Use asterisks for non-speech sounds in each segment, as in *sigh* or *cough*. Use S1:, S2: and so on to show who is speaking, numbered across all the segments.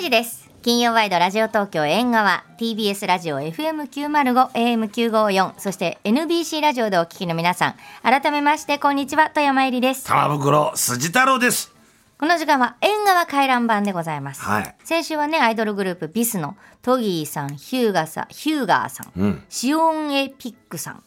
S1: 時です金曜ワイドラジオ東京縁側 TBS ラジオ FM905 AM954 そして NBC ラジオでお聞きの皆さん改めましてこんにちは富山えりです
S2: 玉袋筋太郎です
S1: この時間は縁側回覧版でございます、
S2: はい
S1: 先週はねアイドルグループビスのトギーさんヒューガさんヒューガーさん、
S2: うん
S1: シオンエピックさん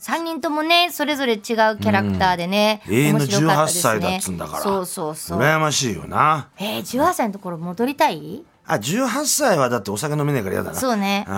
S1: 3人ともねそれぞれ違うキャラクターでね、
S2: 永遠の
S1: 面白か
S2: 18
S1: ったですね
S2: 歳だっつんだから
S1: そうそうそう
S2: 羨ましいよな
S1: えー、18歳のところ戻りたい
S2: あ18歳はだってお酒飲めないから嫌だな
S1: そうね
S2: うん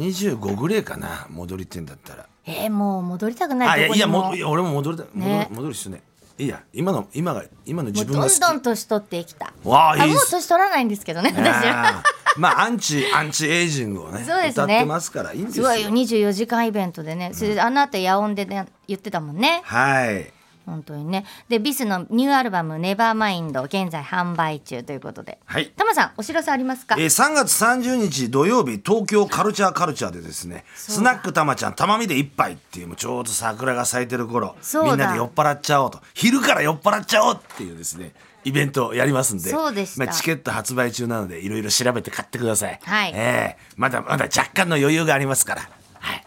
S2: 25ぐらいかな戻りてんだったら
S1: えー、もう戻りたくない
S2: あいや
S1: どこ
S2: い
S1: に
S2: や
S1: も
S2: もういや俺も戻りたい戻る,、
S1: ね
S2: 戻る必要ないいいや今の今が今の
S1: も
S2: 自
S1: う
S2: 分
S1: ど
S2: が好
S1: ん
S2: き
S1: どん年取ってきた
S2: わあ
S1: あ
S2: いい
S1: も
S2: っ
S1: う
S2: す
S1: 年取らないんですけどね私ら
S2: あーまあアンチアンチエイジングをね
S1: そうですね
S2: 歌ってますからいいんです
S1: す
S2: よ
S1: ごいよ24時間イベントでねそれであの後野音で、ね、言ってたもんね
S2: はい
S1: 本当にねでビスのニューアルバム「ネバーマインド現在販売中ということで
S2: はい
S1: タマさんお知らせありますか
S2: えー、3月30日土曜日東京カルチャーカルチャーでですねスナックたまちゃんたまみで一杯っていうもうちょうど桜が咲いてる頃
S1: そうだ
S2: みんなで酔っ払っちゃおうと昼から酔っ払っちゃおうっていうですねイベントをやりますんで
S1: そうでした
S2: まあ、チケット発売中なのでいろいろ調べて買ってください、
S1: はい
S2: えーまだまだ若干の余裕がありますから、はい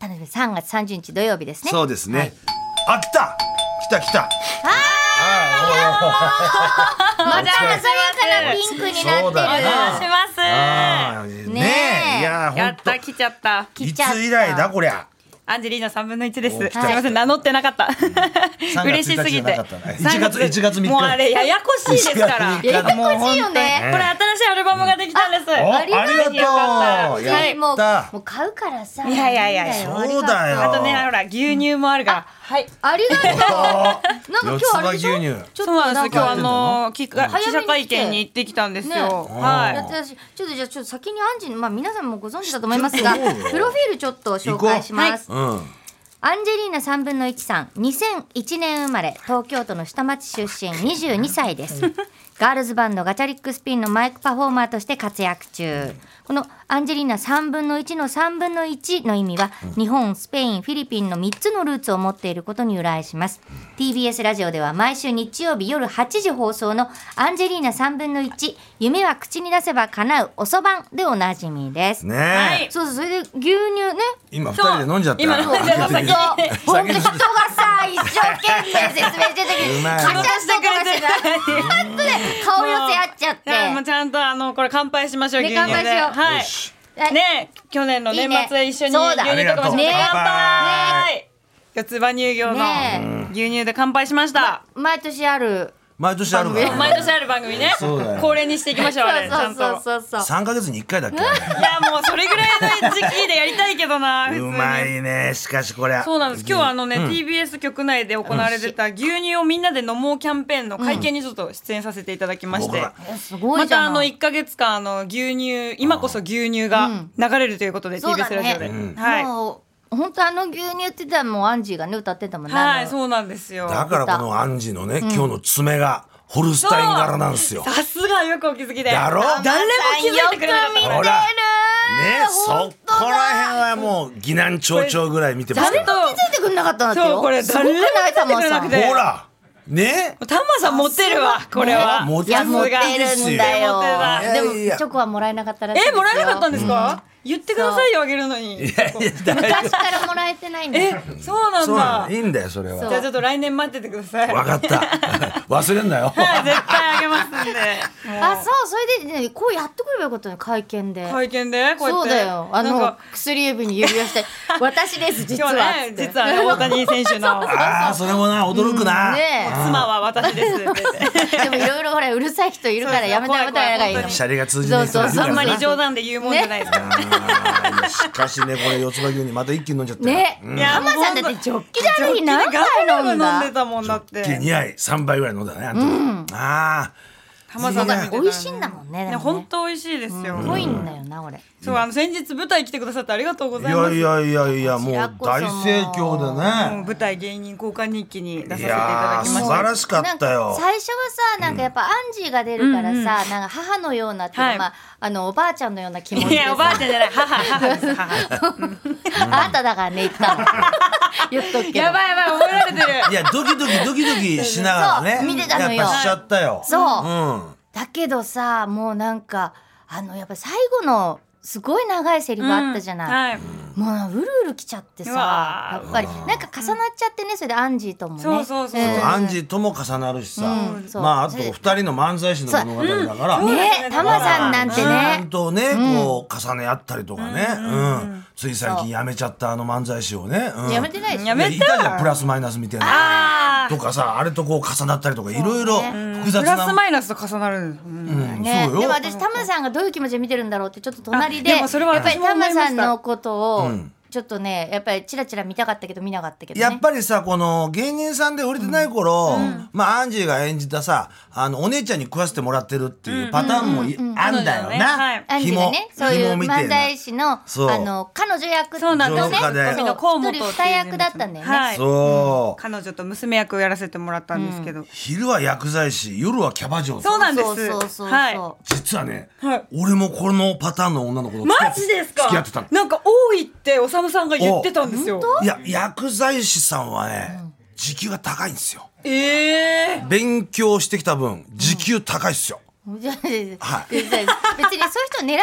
S1: 楽しみ3月30日土曜日ですね
S2: そうですね、
S1: はい
S2: あ来た来た来た
S1: また鮮やかなピンクにな
S2: そうだ
S1: っ
S2: な
S1: て
S3: し
S1: る
S3: ます。
S2: あー
S1: ね
S2: ね
S1: え
S2: えいや
S3: や
S2: 本
S3: っ
S2: 当
S3: た、来ちゃった。
S1: 来
S2: い
S1: ちゃった
S2: つ以来だこ
S1: *laughs*
S2: りゃ
S3: アンジェリーナ三分の一です。
S2: おー
S3: すみ
S2: 来た
S3: ません、名乗ってなかった。
S2: 3
S3: 嬉しすぎて。
S2: 1月1月3日
S3: もうあれややこしいですから。
S2: 1月3日
S1: ややこしいよね
S3: これ新しいアルバムができたんです。
S2: お
S1: ありがとう
S2: ありがとう
S1: つい
S2: やっ
S1: もう
S2: た
S1: もう買うからさ
S3: いやいやいや
S1: んよ
S2: そうだよ
S3: あとね、ほら牛乳もあるが。はい。
S1: ありがとうなんか今日あれでしょ
S2: 四つ葉牛乳
S1: ちょっ
S3: そうな
S1: と
S3: んで
S1: なん
S3: すよ。今日
S1: か
S3: あの記者
S1: 早めに来て
S3: 会見に行ってきたんです
S1: ね
S3: よ。
S1: やっ
S3: は
S1: てらっしゃるちょっとじゃあちょっと先にアンジーまあ皆さんもご存知だと思いますが
S2: 知
S1: プ
S2: ってると思う
S1: ロ
S2: よ
S1: フィールちょっと紹介します
S2: うん
S1: アンジェリーナ3分の1さん2001年生まれ東京都の下町出身22歳ですガールズバンドガチャリックスピンのマイクパフォーマーとして活躍中このアンジェリーナ3分の1の3分の1の意味は日本スペインフィリピンの3つのルーツを持っていることに由来します TBS ラジオでは毎週日曜日夜8時放送の「アンジェリーナ3分の1夢は口に出せば叶うおそばん」でおなじみです、
S2: ねえ、
S3: はい
S1: そうそうそれで牛乳ね
S2: 今二人で飲んじゃった
S3: 今飲んじゃった
S2: 開けて
S1: 本当に人がさ一生懸命説明してる時
S2: う
S1: に
S2: まい
S1: カチャッと
S3: *laughs*
S1: かして本当ね顔寄せ合っちゃっ
S3: い。じゃあもう
S1: て
S3: ちゃんとあのこれ乾杯しましょう。
S1: ね
S3: 牛乳
S1: 乾杯しよう
S3: は
S2: よ
S3: い。
S2: し
S3: ね去年の年末
S1: いいね
S3: 一緒に
S1: そう
S3: 牛
S1: だ
S3: 乳とかもしました
S1: ね
S3: 乾
S2: 乾
S3: 杯四つ葉乳業の
S1: ね
S3: 牛乳で乾杯しました
S1: 毎年ある
S2: 毎年あるから
S3: 毎年ある番組ね
S2: そうだよ
S3: 恒例にしていきまし
S1: そ
S3: ょうあれちゃ
S1: うん
S3: と
S1: そうそうそうそう
S2: 三ヶ月に一回だっけあ
S3: いやもうそれぐらいの時期でやりたいけ
S2: *laughs*
S3: どな普
S2: れ
S3: 通
S2: う
S3: に
S2: まいねしかしこれ
S3: そうなんです今日はあのね、TBS 局内で行われてた牛乳をみんなで飲もうキャンペーンの会見にちょっと出演させていただきまして、
S2: 僕ら
S1: えすごい
S3: ま
S1: じゃ
S3: た
S1: な
S3: あ
S1: い
S3: の1か月間あの牛乳今こそ牛乳が流れるということで、
S1: そうだ
S3: TBS ラジオで、
S1: ね
S3: はい、
S1: もう本当あの牛乳って言ったらもうアンジーがね歌ってたもんね
S3: はい、
S1: あの
S3: そうなんですよ
S2: だからこのアンジーのね、今日の爪がホルスタイン柄なんですよ
S3: さすがよくお気づきで
S2: だろ
S3: 誰も気づいてくれなかった
S1: よく見
S2: ほ
S1: てる
S2: らね
S1: 本
S2: そ
S1: 当だ
S2: こら辺はもう疑難長々ぐらい見てます
S3: ち
S2: け
S3: ゃん
S2: ど
S3: と
S1: 気づいてくれなかったんだってよ
S3: そうこれ
S1: すごくない
S3: 誰も気づいて
S1: 玉
S3: くれなく
S1: さん
S3: て
S2: ほらね
S3: タマさん持ってるわこれは
S2: 持
S1: いや持ってるんだよ
S3: さすが
S2: いやいやい
S1: で
S2: や
S1: もチョコはもらえなかったらしいです
S3: え
S1: よ
S3: もらえなかったんですか、言ってくださいよあげるのに
S2: いやいや大丈
S1: 昔からもらえてないんだ
S3: え
S1: よ
S3: そう
S2: 夫
S3: なん
S2: そうな
S3: だ
S2: のいいんだよそれは
S1: そう
S3: じゃあちょっと来年待っててください
S2: わかった
S3: *laughs*
S2: 忘れんなよ
S3: はい絶対あげますんでもう
S1: あそうそれで、ね、こうやってくればよかったね会見で、
S3: 会見でこうやって
S1: そうだよあ
S3: なん
S1: の
S3: か
S1: 薬指に指輪して「私です実
S3: 今
S1: は」つ
S3: 日
S1: っ
S3: ね
S1: て
S3: 実はね大谷選手の
S2: *laughs* ああそれもな驚くな、
S1: ね
S3: 妻は私です
S2: *laughs*
S3: って言っ
S1: え
S3: て
S1: でもいろいろほらうるさい人いるからやめて
S3: そう
S1: や
S3: そう
S1: めてやめたらいいの
S3: 怖い
S2: シャレが通じない人がいる
S1: そう
S2: か
S3: あ
S1: そ
S3: ん
S1: う
S3: ま
S2: ら
S3: り
S2: な
S3: 冗談で言うもんじゃないですから、
S2: あーしかしねこれ四つ葉牛乳また一気に飲んじゃったよ
S1: ね
S2: うん
S3: いや
S1: マさんだってジョッキである日何回飲ん
S3: 飲ん
S1: だ
S3: でたもんだっ
S2: 一気
S3: て
S2: に合い三杯ぐらい飲んだねあんた、あ
S3: 浜田さん見てたらね
S1: 美味しいんだもんねでもね
S3: ね本当美味しいですよ、
S1: すごいんだよな俺
S3: そうあの先日舞台来てくださってありがとうご
S2: あい
S3: ざいます
S2: やいやいやいやもう大盛況だ
S3: もう
S2: ね
S3: 舞台芸人交換日記に出させ
S2: い
S3: ていただ
S2: やー
S3: き
S2: 素
S3: まし
S2: 晴らしかった
S1: なん
S2: よ
S1: か最初はさなんかやっぱアンジーが出るからさ、なんか母のようなっていうか、
S3: はい
S1: まあ、あのおばあちゃんのような気持ち
S3: た。
S1: で
S3: い
S1: さ
S3: やおばあちゃんじゃない母母です母。
S1: あんただからね言った
S3: *laughs*
S1: の言っとくけど
S3: やばいやばい覚えられてる。
S2: いやドキドキドキドキしながら
S1: そう
S2: ね
S1: 見てたのよ
S2: やっぱしちゃったよ
S1: そう、
S2: うん
S1: だけどさもうなんかあのやっぱ最後のすごい長いセリフあったじゃない、
S3: はい、
S1: もううるうる来ちゃって
S3: うわ
S1: さ
S3: ー
S1: やっぱりなんか重なっちゃってねそれでアンジーともね
S3: そうそうそう
S1: うん
S2: アンジーとも重なるしさ、
S1: うんそう
S2: まああと二人の漫才師の物語だから、
S3: そう
S1: ねタマさんなんて
S2: ちゃ
S1: ね
S2: んとね、こう重ね合ったりとかね、うんつい最近やめちゃったあの漫才師をね、うん、
S1: やめてないでし
S3: や
S1: ょ
S3: め
S2: いたじゃんプラスマイナスみたいな
S3: あー
S2: とかさあれとこう重なったりとかいろいろ複雑
S3: プラ
S2: な、
S3: スマイナスと重なる、うん
S2: うん
S1: ね、
S2: そう
S1: で
S2: よ
S1: も私タマさんがどういう気持ちで見てるんだろうってちょっと隣で
S3: あでもそれは
S1: やっぱり
S3: 私も
S1: タ
S3: 思
S1: マ
S3: いまし
S1: さ
S3: た
S1: んのことを
S2: ん
S1: ちょっとねやっぱりチラチラ見たかったけど見なかったけどね
S2: やっぱりさこの芸人さんで売れてない頃、まあ、アンジーが演じたさあのお姉ちゃんに食わせてもらってるっていうパターンもいあんだよ
S3: うんうんはい
S2: な
S1: アンジ
S2: 紐
S1: がねそういう
S2: 紐みてえ
S1: 漫
S2: な
S1: 才師のあ
S2: そう
S1: の彼女役
S3: そうなんです
S2: 女の子で
S1: ね
S3: の
S1: そう一人二役だったんだよね、
S3: はい
S2: そう、
S3: 彼女と娘役をやらせてもらったんですけど、
S2: 昼は薬剤師夜はキャバ嬢
S3: そうなんです
S1: そうそうそうそう、
S3: はい
S2: 実はね、
S3: はい
S2: 俺もこのパターンの女の子と付き合
S3: マ
S2: って
S3: ジですか
S2: 付き合ってたの
S3: なんか多いっておさむさんが言ってたんですよ
S2: いや薬剤師さんはね、時給が高いんですよ
S3: ええ
S2: 勉強してきた分時給高いっすよ、
S1: じゃあ別に
S2: は
S1: そういう人狙っ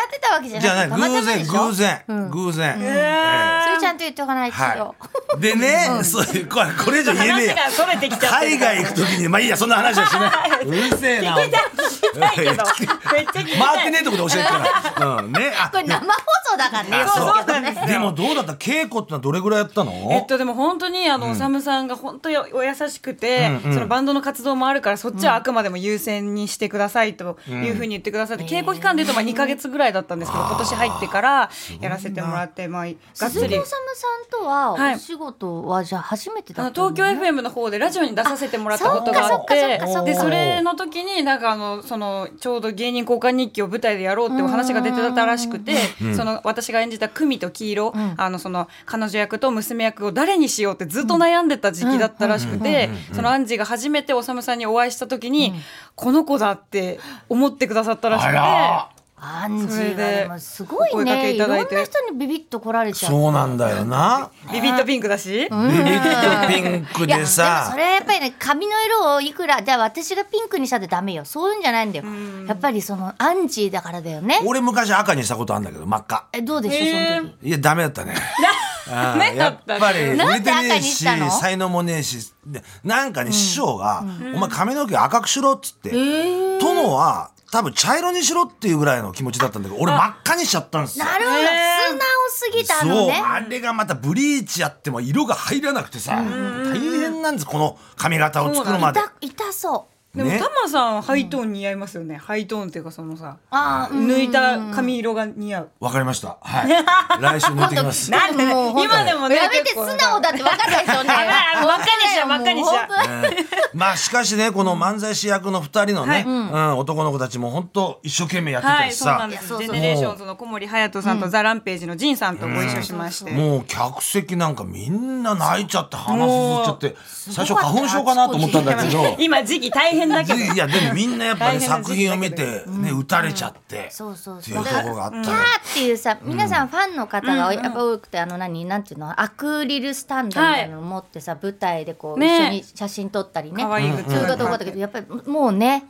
S1: てたわけじゃ
S2: じゃ
S1: な
S2: あ
S1: い
S2: ね
S1: たまたま
S2: 偶
S1: で
S2: 然
S1: しょ
S2: 偶然、偶然、
S3: ー、え
S1: それちゃんと言っておかないとよ
S2: は、い。でね、そういう、これ、これ以上言えねえ
S3: *laughs*
S2: よ
S3: 話がそれてきちゃってる
S2: 海外行くときに、まあいいや、そんな話はしない。うるせえな。
S3: ー、聞きたいけどめっちゃ聞き
S2: 回ったて
S3: い
S2: ねえとこで教えてから。うん、ね。あ
S1: これ生放送だからね
S2: あ
S3: そう
S1: そう
S3: そうなんですよ
S2: でもどうだった稽古ってのはどれぐらいやったの
S3: えっとでも本当にあの、おさむさんが本当にお優しくて、そのバンドの活動もあるからそっちはあくまでも優先にしてくださいというふうに言ってくださって、稽古期間でいうとまあ2か月ぐらいだったんですけど今年入ってからやらせてもらってまあがっ
S1: 鈴
S3: つ
S1: 木
S3: り
S1: お。さむさんとは
S3: は
S1: お
S3: い
S1: 仕事はじゃあ初めて
S3: あ
S1: だ
S3: の
S1: ったの
S3: 東京 FM の方でラジオに出させてもらったことがあっ
S1: あそってかそっかそっかそっか
S3: でそれの時になんかあのそのちょうど芸人交換日記を舞台でやろうってお話が出てたらしくてその私が演じた久美と黄色あのその彼女役と娘役を誰にしようってずっと悩んでた時期だったらしくてそのアンジーが初めておさむさんにお会いした時にこの子だって思ってくださったらし
S2: あら
S3: くて。
S1: アンジ
S3: それ
S1: ーが
S3: で
S1: でもすごい
S3: お声掛
S1: ね
S3: け
S1: い
S3: い
S1: ろ
S3: た
S1: ん
S3: だ
S1: ない
S3: て
S1: 人にビビッと来られちゃう
S2: そうなんだよな。
S3: ビビットピンクだし、
S2: ビビッとピンクで
S1: いやでもそ
S2: さ
S1: れ。はやっぱりね髪の色をいくらじゃあ私がピンクにしたってダメよそういうんじゃないんだよやっぱりそのアンチだからだよね
S2: 俺昔赤にしたことあんだけど、真っ赤。
S1: えどうでしょうその時
S2: いや、ダメだ
S3: *laughs*
S2: ったね。あー
S3: ダメだ
S2: や
S3: った
S2: っぱり売
S1: な
S2: れ
S1: ん
S2: て
S1: で赤
S2: ねえ
S1: にし
S2: した
S1: の
S2: 才能もねえしでなんかね、師匠が、お前髪の毛赤くしろ」っつって、殿は多分茶色にしろっていうぐらいの気持ちだったんだけど俺真っ赤にしちゃったんですよ。
S1: なるほど素直すぎたの
S2: そう
S1: ね
S2: あれがまたブリーチやっても色が入らなくてさ、大変なんですこの髪型を作るまで。
S1: 痛痛そう
S3: でも
S2: ね
S3: タマさんハイトーン似合いますよね、ハイトーンっていうかそのさ
S1: あーうん
S3: 抜いた髪色が似合う。
S2: わかりました。はい。来週抜いてきま
S1: *laughs*
S2: す。
S3: なんで
S1: もう本当
S3: 今でもね
S1: やめて
S3: 結
S1: 素
S3: 構
S1: 直だって分かんないですよね
S3: やばい真っ赤にしちゃう真っ赤にしちゃう
S1: も本当
S2: ええまあしかしねこの漫才師役の2人のね、
S3: はい
S2: うん、男の子たちも本当一生懸命やってた
S3: はい、
S2: し
S3: そうな
S2: さ
S3: ん、です。
S1: そう
S3: ジ
S1: そう
S3: ェネレーションズの小森隼人さんとザランページのジンさんとご一緒しまして。
S2: もう客席なんかみんな泣いちゃって鼻すすっちゃって最初花粉症かなと思ったんだけど
S3: 今時期大変だけど。
S2: いやでもみんなやっぱり、
S3: 大変な時
S2: 作
S3: 期
S2: 品
S3: だ
S2: を見
S3: けど
S2: てね、打たれちゃって、
S1: そうそう
S2: って
S1: そ
S2: いううところがあったの
S1: キャーっていうさ皆さんファンの方がやっぱ多くて、あの何なんていうのアクリルスタンドみたいなの持ってさ、舞台でこう、
S3: ね
S1: 一緒に写真撮ったりね
S3: 可愛いグッズ
S1: そういう方多かったけどやっぱりもうね、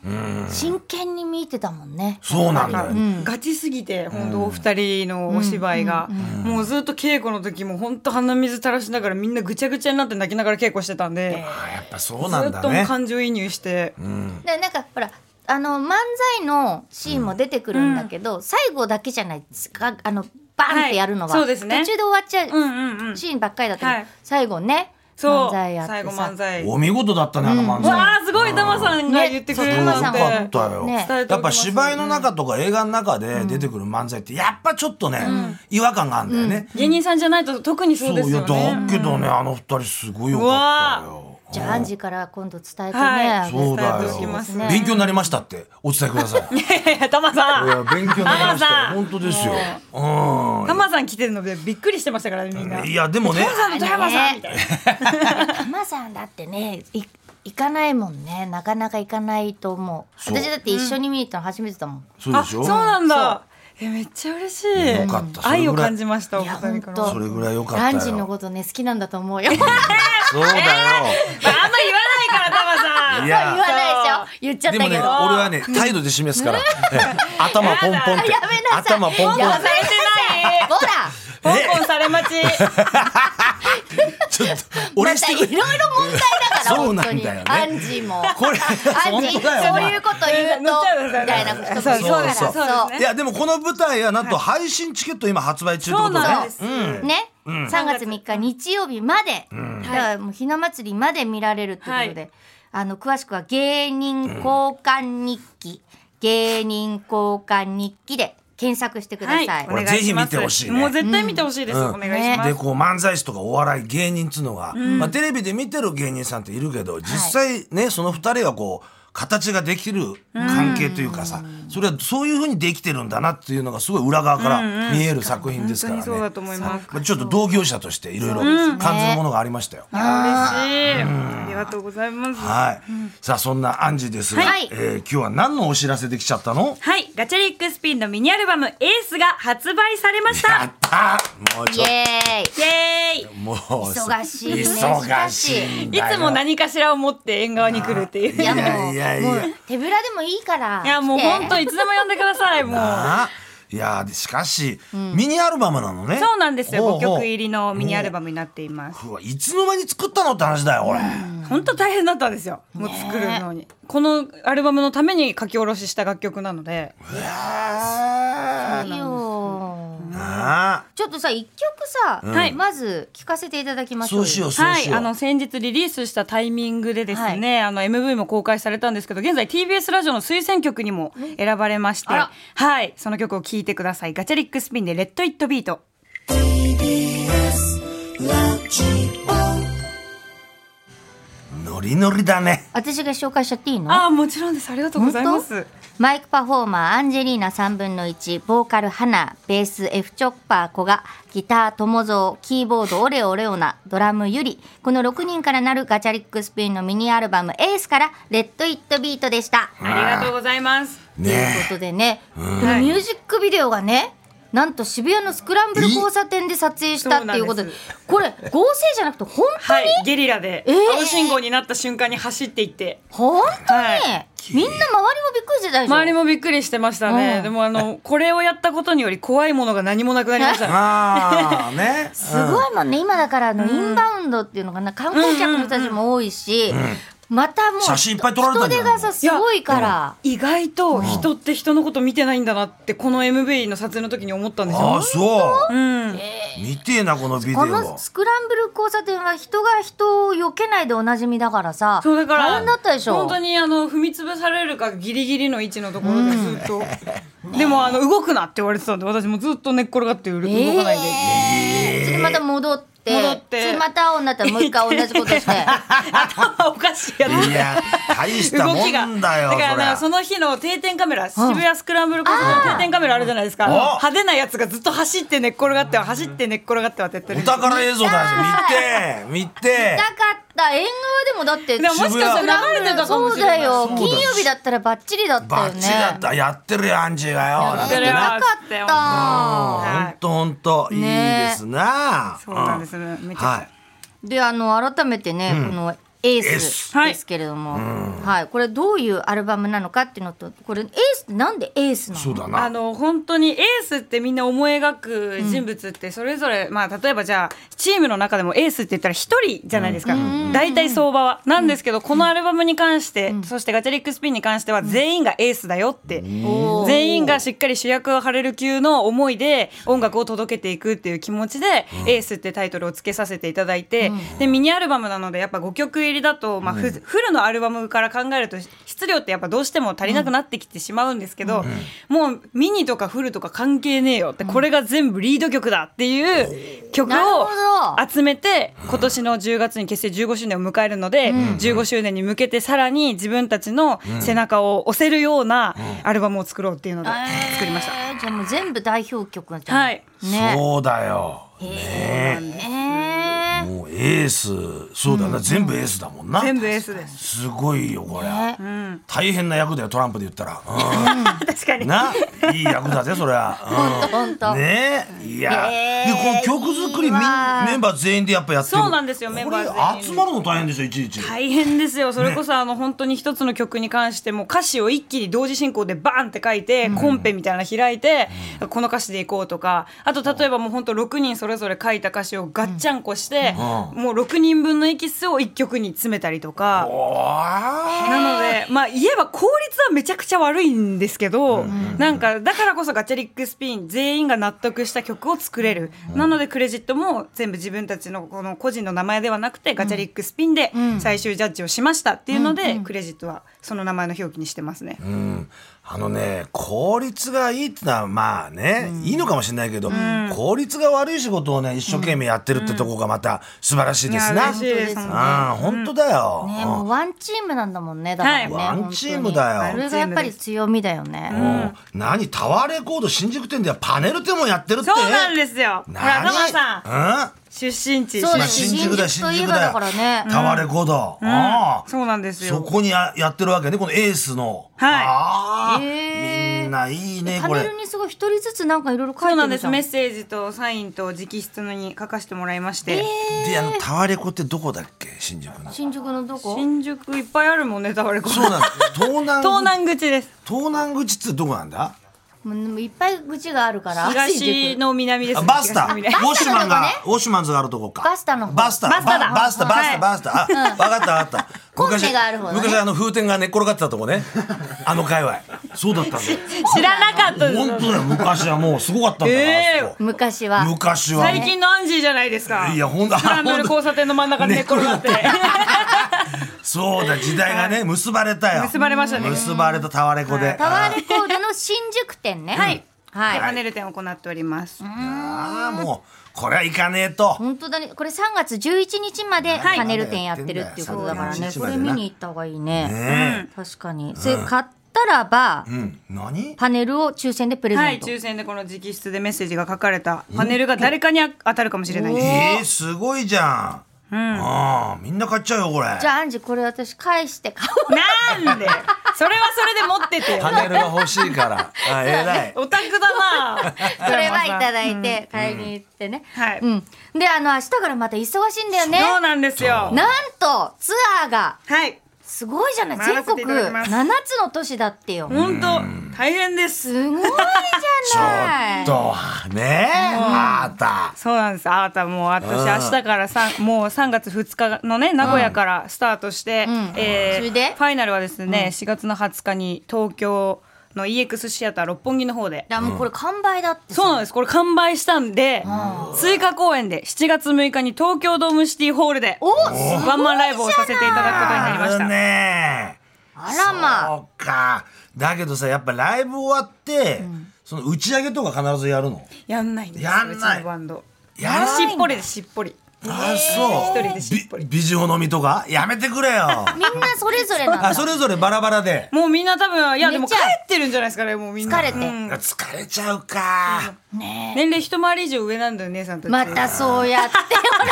S1: 真剣に見てたもんね。
S2: そうなんだよ、
S3: ガチすぎて本当お二人のお芝居が、もうずっと稽古の時も本当鼻水垂らしながらみんなぐちゃぐちゃになって泣きながら稽古してたんで、
S2: あやっぱそうなん
S3: ず
S2: だ
S3: っともう
S2: ね
S3: 感情移入して、
S1: でなんかほらあの漫才のシーンも出てくるんだけど、最後だけじゃないですかあのバーンってやるのは、
S3: はいそうですね
S1: 途中で終わっちゃ
S3: うん
S1: う
S3: うんうん。
S1: シーンばっかりだったけど、
S3: はい
S1: 最後ね
S3: そう
S1: 漫才やってさ
S3: 最後漫才。
S2: お見事だったねあの漫才、
S3: わあすごいタマさんが言ってくれるなんて。
S1: ねそう
S2: あったよ、
S1: ね
S2: やっぱ芝居の中とか映画の中で出てくる漫才ってやっぱちょっとね、違和感があるんだよね、
S3: 芸人さんじゃないと特にそうですよ
S2: そういや
S3: ね
S2: だ。けどね、あの二人すごいよかったよ
S1: じゃあアンジーから今度伝えてね、
S3: はい
S2: そうだ
S3: 伝えて
S2: よ
S3: おきますね
S2: 勉強になりましたってお伝えくださいい
S3: *laughs* タマさ
S2: や
S3: ん。
S2: 勉強になりましたよ
S3: あー
S2: 本当ですよ
S3: タマさん来てるのでびっくりしてましたからねみんな。
S2: うんいやでもね
S3: タマさんの富山さんみたいな。
S1: 浜さんだってねい行かないもんねなかなか行かないと思う
S2: そう
S1: 私だって一緒に見に行ったの初めてだもん、
S2: そう
S3: あ
S2: でし
S3: そう
S2: ょ
S3: なんだ。えめっちゃ嬉しい。
S2: よかった
S3: 愛を感じました。
S1: いや
S3: お二人から
S1: ほんと
S2: それぐらいよかった
S1: ラ
S2: よ
S1: ンジンのことね好きなんだと思うよ
S2: そうだよ
S3: あんま言わないからタマさん。
S2: いや
S1: 言わないでしょ *laughs* 言っちゃっ
S2: で
S1: たけど、
S2: もね、俺はね、態度で示すから。ええ頭ポンポンって
S1: やめな。さい
S2: 頭ポンポン
S1: やめ
S2: って。
S3: されてない
S1: ほら
S3: ポンポンされ待ち。
S2: ちょっと、
S1: ま
S2: 俺
S1: た
S2: し
S1: い
S2: て
S1: ろ
S2: く
S1: いろ
S2: れ。
S1: 問題だから
S2: そう
S1: 本
S2: な
S1: 当
S2: ん
S1: に
S2: だよね
S1: アンジーもア
S2: これ。
S1: ンジー
S2: *laughs* 本当だよ
S1: そう
S2: な
S1: いうこと言
S2: *laughs*
S1: うとみたいなことも言うから
S2: そうそう
S3: そう
S2: いやでもこの舞台はなんと配信チケット今発売中ってこと
S3: そうなん
S2: ね
S3: です
S1: ね、3月3日日曜日まで、だからもうひな祭りまで見られるということで、
S3: は
S1: あの詳しくは芸人交換日記、芸人交換日記で検索してください。
S3: はい、
S2: これぜひ見てほしいね
S3: もう絶対見てほしいです。
S2: うん
S3: お願いします。
S2: でこう漫才師とかお笑い芸人っつうのが、まあ、テレビで見てる芸人さんっているけど実際ね、その2人はこう形ができる関係というかさ、それはそういうふうにできてるんだなっていうのがすごい裏側から見える作品ですからね、
S3: 本当にそうだと思います
S2: まあちょっと同業者としていろいろ感じるものがありましたよ。
S3: いや嬉しい。ありがとうございます。
S2: はい、さあそんなアンジーですが、
S1: はい
S2: えー今日は何のお知らせできちゃったの
S3: はい、ガチャリックスピンのミニアルバムエースが発売されまし
S2: や
S3: た。
S2: ったもう
S1: イ
S2: ちょっ
S1: エーイ
S3: イエー
S2: ともう
S1: 忙しいね
S2: 忙しいん
S3: イ。い
S2: だよ
S3: つも何かしらを持って縁側に来るっていう。
S1: い
S3: い
S1: や
S2: や
S1: もう
S2: いやいや
S1: もう手ぶらでもいいから
S3: やもう本当
S1: に
S3: いつでも呼んでください。もう。
S2: なあいやーしかし、ミニアルバムなのね
S3: そうなんですよ。
S2: ほう
S3: 5
S2: ほう
S3: 曲入りのミニアルバムになっています。
S2: うわいつの間に作ったのって話だよ俺、
S3: 本当大変だったんですよ。もう作るのに。このアルバムのために書き下ろしした楽曲なので。
S2: な
S1: よ
S2: あ
S1: ちょっとさ一曲さ、
S3: はい
S1: まず聞かせていただきましょう
S2: そうしようそう
S3: は
S2: し
S3: い、
S2: よう、
S3: あの先日リリースしたタイミングでですね、あの MV も公開されたんですけど現在 TBS ラジオの推薦曲にも選ばれまして、
S1: あら
S3: はい、その曲を聴いてくださいガチャリックスピンで「レッド・イット・ビート」
S2: ノリノリだね
S1: 私が紹介しちゃっていいの
S3: ああもちろんですありがとうございます
S1: マイクパフォーマーアンジェリーナ3分の1ボーカルハナベース F チョッパー古賀ギター友蔵キーボードオレオレオナドラムユリこの6人からなるガチャリックスピンのミニアルバム「エースから「レッド・イット・ビート」でした。
S3: ありがとうございます
S1: とい
S2: ね
S1: うことでね、こ
S3: は
S1: の
S3: い
S1: ミュージックビデオがねなんと渋谷のスクランブル交差点で撮影したっていうことで
S3: えそ
S1: こ
S3: う
S1: れ合成じゃなくて本当
S3: は
S1: に、
S3: いゲリラで
S1: えー
S3: 青信号になった瞬間に走っていって
S1: 本当に、
S3: はい
S1: みんな周りもびっくりしてたでしょ
S3: 周りもびっくりしてましたね、
S1: うん
S3: でもあのこれをやったことにより怖いものが何もなくなりました
S2: ああねす
S1: すごいもんね、今だからあのインバウンドっていうのかな観光客の人たちも多いし、またもう
S2: 写真いっぱい撮られたんじゃない
S1: 人手がさすごいから。
S3: 意外と人って人のこと見てないんだなってこの MV の撮影の時に思ったんです
S2: ああ
S3: よ、
S2: そう、
S3: うん、
S2: 見てえなこのビデ
S1: こ
S2: オ
S1: のスクランブル交差点は人が人を避けないでおなじみだからさ
S3: そうだから
S1: 大変だったでしょ
S3: 本当にあの踏み潰されるかギリギリの位置のところでずっ *laughs* と、でもあの動くなって言われてたんで私もずっと寝っ転がってうる動かないで、
S1: えーそれまた戻って
S3: 戻って
S1: それまた青になったらもう一回同じこと *laughs* して
S3: 頭 *laughs* おかしいやつ
S2: いや大したも
S3: 動きが
S2: んだよ
S3: *laughs* だからなんか
S2: そ
S3: そ
S2: りゃ
S3: の日の定点カメラ渋谷スクランブル交差点の定点カメラあるじゃないですか
S2: お
S3: 派手なやつがずっと走って寝っ転がっては走って寝っ転がってはってやってる
S2: お宝映像だよ見て見て
S1: 痛かった縁側でもだって
S3: でももしかしたら流れてたか
S1: そ
S3: も
S1: う
S3: しれな
S1: だ
S3: い
S1: よ
S2: うだ
S1: 金曜日だったらバッチリだったよ
S2: バ
S1: ね
S2: ッチリだったやってるよアンジーがよ
S3: やってるよ
S2: な
S1: 痛
S2: ん
S1: かった
S2: 本当本当いいですな
S3: そうなんですねめちゃくちゃ
S2: はい
S1: であの改めてね、このエー
S2: エー
S1: ス
S2: ス
S1: ですけれども、はい、これどういうアルバムなのかっていうのと、これエースってなんでエースなの？
S2: そうだ
S3: あ
S2: な。
S3: の本当にエースってみんな思い描く人物ってそれぞれ、まあ例えばじゃあチームの中でもエースって言ったら一人じゃないですか、大体相場はなんですけど、このアルバムに関して、そしてガチャリックスピンに関しては全員がエースだよって、
S1: おー
S3: 全員がしっかり主役を張れる級の思いで音楽を届けていくっていう気持ちで「エース」ってタイトルをつけさせていただいて、でミニアルバムなのでやっぱ5曲入りだと、まあふフルのアルバムから考えると質量ってやっぱどうしても足りなくなってきてしまうんですけど、もうミニとかフルとか関係ねえよってこれが全部リード曲だっていう曲
S1: なるほ
S3: を
S1: ど
S3: 集めて今年の10月に結成15周年を迎えるので、15周年に向けてさらに自分たちの背中を押せるようなアルバムを作ろうっていうので作りました。
S1: えーじゃあもう全部代表曲じゃん。
S3: はい
S1: ね。
S2: そうだよ。
S1: ね。
S2: もうエースそうだな、全部エースだもんな
S3: 全部エースです。
S2: すごいよこれ、
S1: ね
S2: 大変な役だよトランプで言ったら、うん
S3: 確かに。
S2: ないい役だぜそりゃ、
S1: ほんとほんと
S2: うん、ねえいや、
S1: えー
S2: でこの曲作りみん
S1: いいわ
S2: メンバー全員でやっぱやってる
S3: そうなんですよメンバー全員
S2: これ集まるの大変でしょいちいち、
S3: 大変ですよそれこそあの本当に一つの曲に関しても歌詞を一気に同時進行でバーンって書いて、コンペみたいなの開いて、この歌詞でいこうとかあと例えばもう本当6人それぞれ書いた歌詞をガッチャンコして、
S2: うん
S3: もう6人分のエキスを1曲に詰めたりとか。
S2: おー
S3: なので、まあ、言えば効率はめちゃくちゃ悪いんですけど、なんかだからこそガチャリックスピン全員が納得した曲を作れる、なのでクレジットも全部自分たちのこの個人の名前ではなくてガチャリックスピンで最終ジャッジをしましたっていうので、クレジットはその名前の表記にしてますね。
S2: うんあのね効率がいいってのはまあね、いいのかもしれないけど、効率が悪い仕事をね一生懸命やってるってとこがまた素晴らしい
S3: い
S2: で
S3: や
S2: すな、
S3: 嬉しいです
S1: 本当です
S2: ああ本当だよ、
S1: ね
S2: うん
S1: もうワンチームなんだもんねだからね、
S2: はいワンチームだよ
S1: 本当にそれがやっぱり強みだよね、
S2: うん何タワーレコード新宿店ではパネル店もやってるって
S3: そうなんですよ。ほら、
S2: 何
S3: タマさん、
S2: うん
S3: 出身地。
S1: そう
S2: ま
S1: で
S2: あ、
S1: す
S2: 新宿だよ
S1: 新宿と
S2: 新
S1: いえ
S2: 宿
S1: ば
S2: だ
S1: だ
S2: よ
S1: からね
S2: タワレコだ、ああ
S3: そうなんです
S2: そ
S3: よ。
S2: こにややってるわけねこのエースの、
S3: はい
S2: ああ
S1: へえ
S2: みんないいね
S1: パ
S2: こ
S1: ネ
S2: れ
S1: ルにすごい一人ずつなんかいろいろ書
S3: そう
S1: い
S3: な
S1: てる
S3: んで
S1: じ
S3: す。
S1: ゃん
S3: メッセージとサインと直筆に書かせてもらいまして。
S2: であのタワレコってどこだっけ新宿の
S1: 新宿のどこ
S3: 新宿いっぱいあるもんねタワレコ
S2: そうなんです東南
S3: 東南口です
S2: 東南口ってどこなんだ
S1: もうでもいっぱい愚痴があるから
S3: 東の南です
S2: あ
S3: ね
S2: バスタ
S3: 東
S2: ウ
S3: の
S2: ォ
S3: 南あ
S2: ッシュマン
S1: バス
S2: が、
S1: タのと
S2: ウォッシュマンズがあるとこか
S1: バスタの方
S2: バスタ
S3: バスタだ
S2: ババスタバス
S3: は
S2: タ
S3: い
S2: バスタあ分かった分かった
S1: コンペがある方だね
S2: 昔あの風船が寝っ転がってたとこねあの界隈そうだったんだよ
S3: 知らなかったです
S2: 本当だよ昔はもうすごかったんだ
S3: ええ
S2: よ、あそこ
S1: 昔は
S2: 昔はもう
S3: 最近のアンジーじゃないですか
S2: いやほんと
S3: スクランブル交差点の真ん中で寝っ転がって
S2: そうだ時代がね結ばれたよ
S3: 結ばれましたね
S2: 結ばれたタワレコで
S1: タワーレコードの新宿店ねはいはい、
S3: パネル展を行っております
S2: ああもうこれはいかねえと
S1: 本当だねこれ3月11日まで
S2: い
S1: パネル店やってるっていうことだからね、
S2: そう
S1: こ
S2: だ
S1: れ
S2: ね
S1: 見に行った方がいいね
S2: ね
S1: 確かに、それ買ったらば、
S2: うん何
S1: パネルを抽選でプレ
S3: は
S1: ゼ
S3: い
S1: ント、
S3: 抽選でこの直筆でメッセージが書かれたパネルが誰かに当たるかもしれないです
S2: えー、すごいじゃん、ああみんな買っちゃうよこれ
S1: じゃあアンジこれ私返して買
S3: なんでそれはそれで持っててよ
S2: パネルが欲しい
S3: *laughs*
S2: からあ偉い
S3: オタクだな
S1: おうそれはいただいて買いに行ってね、
S3: はい
S1: うんであの明日からまた忙しいんだよね
S3: そうなんですよ
S1: なんとツアーが
S3: はい
S1: すごいじゃない
S3: 回ら
S1: 全
S3: せ
S1: 国
S3: ていただきます
S1: 7つの都市だってよ
S3: 本当大変です
S1: すごいじ
S2: ちょ
S1: ゃない
S2: っとねえあーた
S3: そうなんです。あなたもう私明日からさんもう3月2日のね名古屋からスタートして、
S1: ん
S3: えー
S1: それで
S3: ファイナルはですね、4月の20日に東京の EX シアター六本木の方で。
S1: だからもうこれ完売だってさ
S3: そうなんです。これ完売したんで、追加公演で7月6日に東京ドームシティホールで
S1: お
S3: ワンマンライブをさせていただくことになりまし
S2: ある
S3: た。
S2: ね
S1: あらまあ
S2: そうかだけどさやっぱライブ終わって、その打ち上げとか必ずやるの
S3: やんないんですよ。
S2: やんないう
S3: ちのバンド。
S2: やらないんだ
S3: しっぽりですしっぽり。
S2: あそう
S3: 一人でしっぽり
S2: び美女飲みとかやめてくれ
S3: *laughs*
S2: よ
S1: みんなそれぞれなん
S2: あ
S1: だ
S2: それぞれバラバラで
S3: もうみんな多分いやでも
S1: 寝ちゃ
S3: 帰
S1: う
S3: ってるんじゃないですかねもうみんな。
S1: 疲れて
S3: うん
S2: 疲れちゃうか
S1: ね
S3: 年齢一回り以上上なんだよ姉さんたち。
S1: またそうやってほら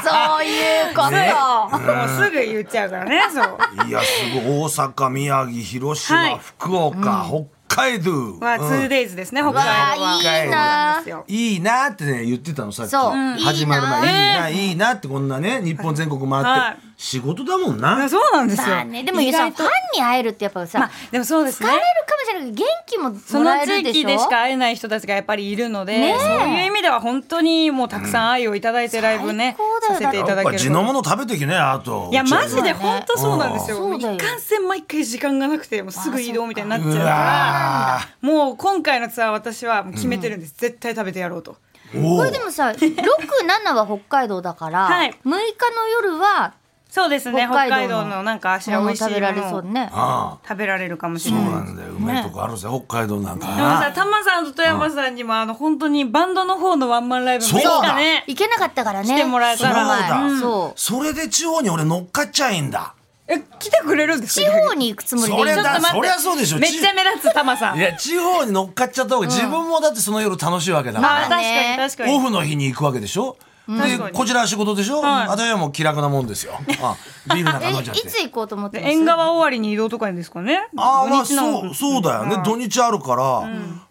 S3: *laughs*
S1: そういうこと、
S2: ね
S3: もうすぐ言っちゃうから *laughs* ね、そう。
S2: いやすごい大阪宮城広島、
S3: はい
S2: 福岡、北海道、うん
S3: は、2days ですね、北海道
S1: わ
S3: は。
S2: 北
S1: あい
S2: 海
S1: い
S2: 道
S3: なん
S1: な
S3: ですよ。
S2: いいなってね言ってたのさっき
S1: そううん
S2: 始まる前、
S1: いい
S2: いいないいなってこんなね日本全国回って、
S3: はい
S2: 仕事だもんな、
S3: あそうなんですよ。
S1: まあねでも
S3: 意
S1: さ
S3: 外
S1: フ
S3: と
S1: ァンに会えるってやっぱさ、
S3: まあ、でもそうです
S1: 疲れ
S3: ね
S1: る。かもしれないけど元気も
S3: そ
S1: も
S3: の
S1: らえ
S3: 地
S1: るでしょ
S3: 域でしか会えない人たちがやっぱりいるので、
S1: ねえ
S3: そういう意味では本当にもうたくさん愛をいただいてライブね、
S1: 最高
S3: さ
S1: だよ
S3: せていただ
S2: やっ
S3: け
S2: ぱ
S3: る
S2: 地のもの食べてきねあと
S3: いやマジ
S2: うち
S3: で本当そうなんですよ。
S1: そうだ
S3: も
S1: よ
S3: ういかんせん毎回時間がなくてもうすぐ移動みたいになっちゃう
S2: う
S3: から、
S2: わ
S3: もう今回のツアー私はもう決めてるんです。絶対食べてやろうと。
S2: ーお
S1: こ
S2: お
S1: れでもさ67は北海道だから、
S3: はい
S1: 6日の夜は
S3: そうですね。
S1: 北
S3: 北
S1: 海
S3: 海
S1: 道の
S3: 道のなんか足
S1: も
S3: は美
S1: の
S3: 味しい
S1: 食べられ
S3: も
S1: そう
S3: のを
S1: ね
S2: あ
S3: 食べられるかも
S2: あ
S3: し
S2: そ
S3: れ
S2: う
S3: ない。
S2: なんだよ、うまいとこあるぜ北海道なんかな
S3: でもさ、たまさんと富山さんにも、あの、本当にバンドの方のワンマンライブも
S2: そうだ
S3: いつかね。
S1: 行けなかったからね
S3: 来てもらえ
S1: そ
S3: た
S1: の
S3: ら
S1: 前
S2: そうだ
S1: そう
S2: それで地方に俺乗っかっちゃいいんだ
S3: え、来てくれるんですか
S1: 地方に行くつもりで
S2: それ
S1: ちょっと
S2: だ
S3: 待って
S2: そりゃそうでしょ
S3: めっちゃ目立つ、たまさん。
S2: いや地方に乗っかっちゃった方が自分もだってその夜楽しいわけだから、
S1: まあ
S3: あー、確
S1: ね
S3: かに確か
S2: オ
S3: に。
S2: フの日に行くわけでしょ
S3: 確か
S2: で
S3: に
S2: こちらは仕事でしょ、
S3: はい
S2: 私はもう気楽なもんですよあビールなんか
S1: え
S2: 飲んじゃっ
S1: い
S2: て
S1: つ行こうと思ってます
S3: 縁側終わりに移動とかですかね
S2: ああまあ
S3: 土日の
S2: そうそうだよね、
S3: うん
S2: 土日あるから、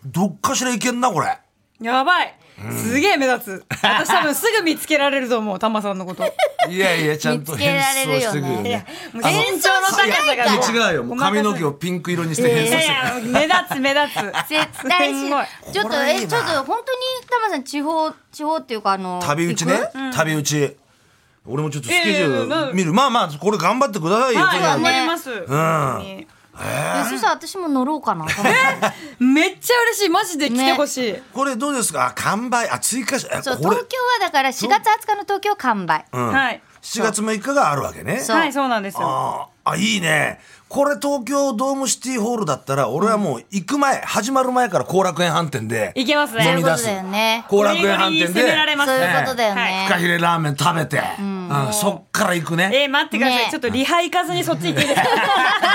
S2: どっかしら行けんなこれ
S3: やばいすげえ目立つ私多分すぐ見つけられると思うタマさんのこと
S2: いやいやちゃ
S3: *laughs*
S2: んと
S1: 見つけ
S2: 変
S1: られ
S2: 装
S1: る
S2: し
S1: よね
S2: てくるよ
S3: いや
S2: ね
S3: もう
S2: あの
S3: 身長の高さが
S2: いや違うよもう髪の毛をピンク色にして変
S3: い
S2: 装
S3: や
S2: し
S3: い
S2: て
S3: や目立つ目立つ
S1: 絶対
S3: す
S1: し
S3: んごい
S1: ちょっ
S2: ことれいい
S1: え
S2: な
S1: ちょっと本当に玉さん地方地方っていうかあの
S2: 旅打ちね旅打ち俺もちょっとスケジ
S3: いや
S2: ュ
S3: いやい
S2: ー
S3: や
S2: ル見るまあまあこれ頑張ってくださいよ、
S3: はい
S2: とにか
S3: 頑
S2: く
S3: 張ります、本
S1: えそしたら私も乗ろうか
S2: *laughs*
S1: な玉さん
S3: 当にめっちゃ嬉しいマジで来てほしい、
S2: これどうですかあ完売あ追加しえ
S1: そう
S2: これ
S1: 東京はだから4月20日の東京完売
S3: はい
S2: 7月6日があるわけね
S1: そう
S3: はいそうなんですよ
S2: あーあいいねこれ東京ドームシティホールだったら俺はもう行く前、始まる前から後楽園飯店で
S3: いけますね
S2: 飲み出
S1: そ
S2: す
S1: ういうことだよね
S2: 後楽園飯店
S3: ゴリゴリ攻めら
S2: で
S3: れます
S1: そういうことだよ
S3: は
S1: ね
S3: い
S2: フカヒレラーメン食べて、うんそっから行くね
S3: えー、待ってください、
S1: ね
S3: ちょっとリハ行かずにそっち行っていいですか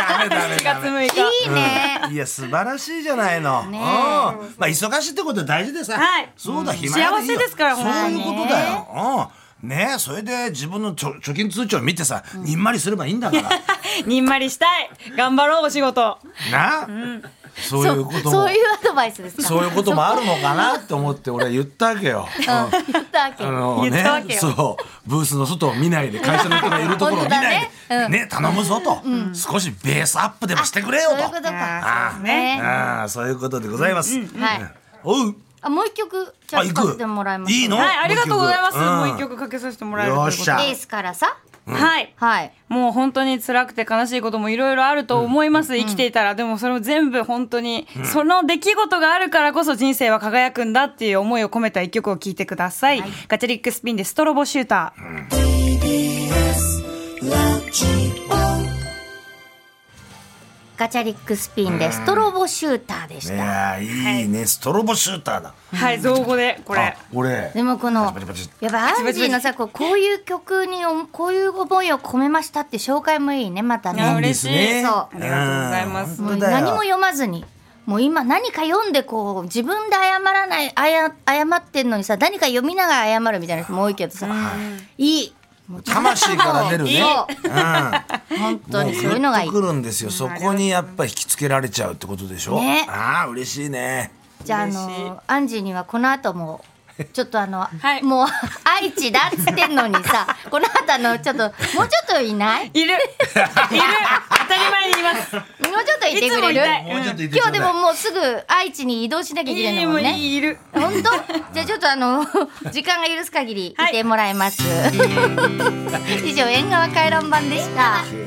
S2: ダメ
S3: *laughs*
S2: ダメ
S3: 7
S2: ダ
S3: 月
S2: メ
S3: 6日
S1: いいね
S2: いや素晴らしいじゃないの、うんまあ忙しいってことは大事でさ、
S3: はい
S2: そうだ暇やいいよ
S3: 幸せですから
S2: そ
S3: ほ
S2: うん
S3: ま
S2: い
S3: に
S2: うことだよ、うん、ねえそれで自分のちょ貯金通帳見てさ、にんまりすればいいんだから
S3: *laughs* にんまりしたい頑張ろうお仕事
S2: な、そういうことも
S1: そういうアドバイスですか
S2: そういうこともあるのかなって思って俺は言ったわけよ。うん
S1: うん言ったわけ
S2: あの
S3: 言ったわ
S2: ね
S3: け、よ
S2: そうブースの外を見ないで会社の人がいるところを見ないで
S1: 本、当だねう
S2: ね頼むぞと、少しベースアップでもしてくれよ
S1: そう
S2: と
S1: いうこと
S2: あー
S1: か
S2: そうです
S3: ね
S2: ああそういうことでございます、
S1: はい
S2: おう
S1: あもう一曲ちょ
S2: あ
S1: っと
S2: 行
S1: かけ
S2: く
S1: てもらいます
S2: いいの
S3: はいありがとうございます
S2: もう一曲
S3: もう一曲かけさせてもらえるということ
S2: よっ
S3: で
S2: しゃ
S1: エースからさ
S3: はい
S1: はい
S3: もう本当に辛くて悲しいこともいろいろあると思います、生きていたらでもそれを全部本当に、その出来事があるからこそ人生は輝くんだっていう思いを込めた一曲を聴いてください、ガチャリックスピンでストロボシューター、
S1: ガチャリックスピンでストロボシューターでし
S2: い
S1: た
S2: やーいいね、ストロボシューターだ
S3: はい造語でこれ
S2: あ俺
S1: でもこの
S2: パチパチパチ
S1: やっぱアンジーのさこうこういう曲におこういう思いを込めましたって紹介もいいねまた
S3: いや
S1: ね
S3: 嬉しい
S2: ですね
S1: そう
S3: ありがとうございます
S2: うん
S1: もう
S2: 本当だよ
S1: 何も読まずにもう今何か読んでこう自分で謝らないあや謝ってんのにさ何か読みながら謝るみたいな人も多いけどさいいもう
S2: 魂から出るね
S1: そう
S2: うん
S1: 本当
S2: も
S1: にそういうのがいい
S2: グッとくるんですよ。そこにやっぱ引きつけられちゃうってことでしょ。
S1: ね
S2: ああ嬉しいね。
S1: じゃああ
S3: 嬉しい
S1: のアンジーにはこの後もちょっとあの、
S3: はい
S1: もう愛知だっつってんのにさこの後あのちょっともうちょっといない
S3: いるいる当たり前に言います
S1: もうちょっといてく
S3: いつも
S1: れ
S3: い
S1: る
S3: ない
S2: もうちょっと言って
S1: 今日
S2: ちょう
S1: で
S2: だ
S1: も
S2: い。
S1: もうすぐ愛知に移動しなきゃいけないい
S3: い
S1: のも
S3: も
S1: ん
S3: う
S1: ね
S3: いいいる
S1: 本当じゃあちょっとあの *laughs* 時間 *laughs* が許す限りいてもらいます、以上縁側回覧版でした。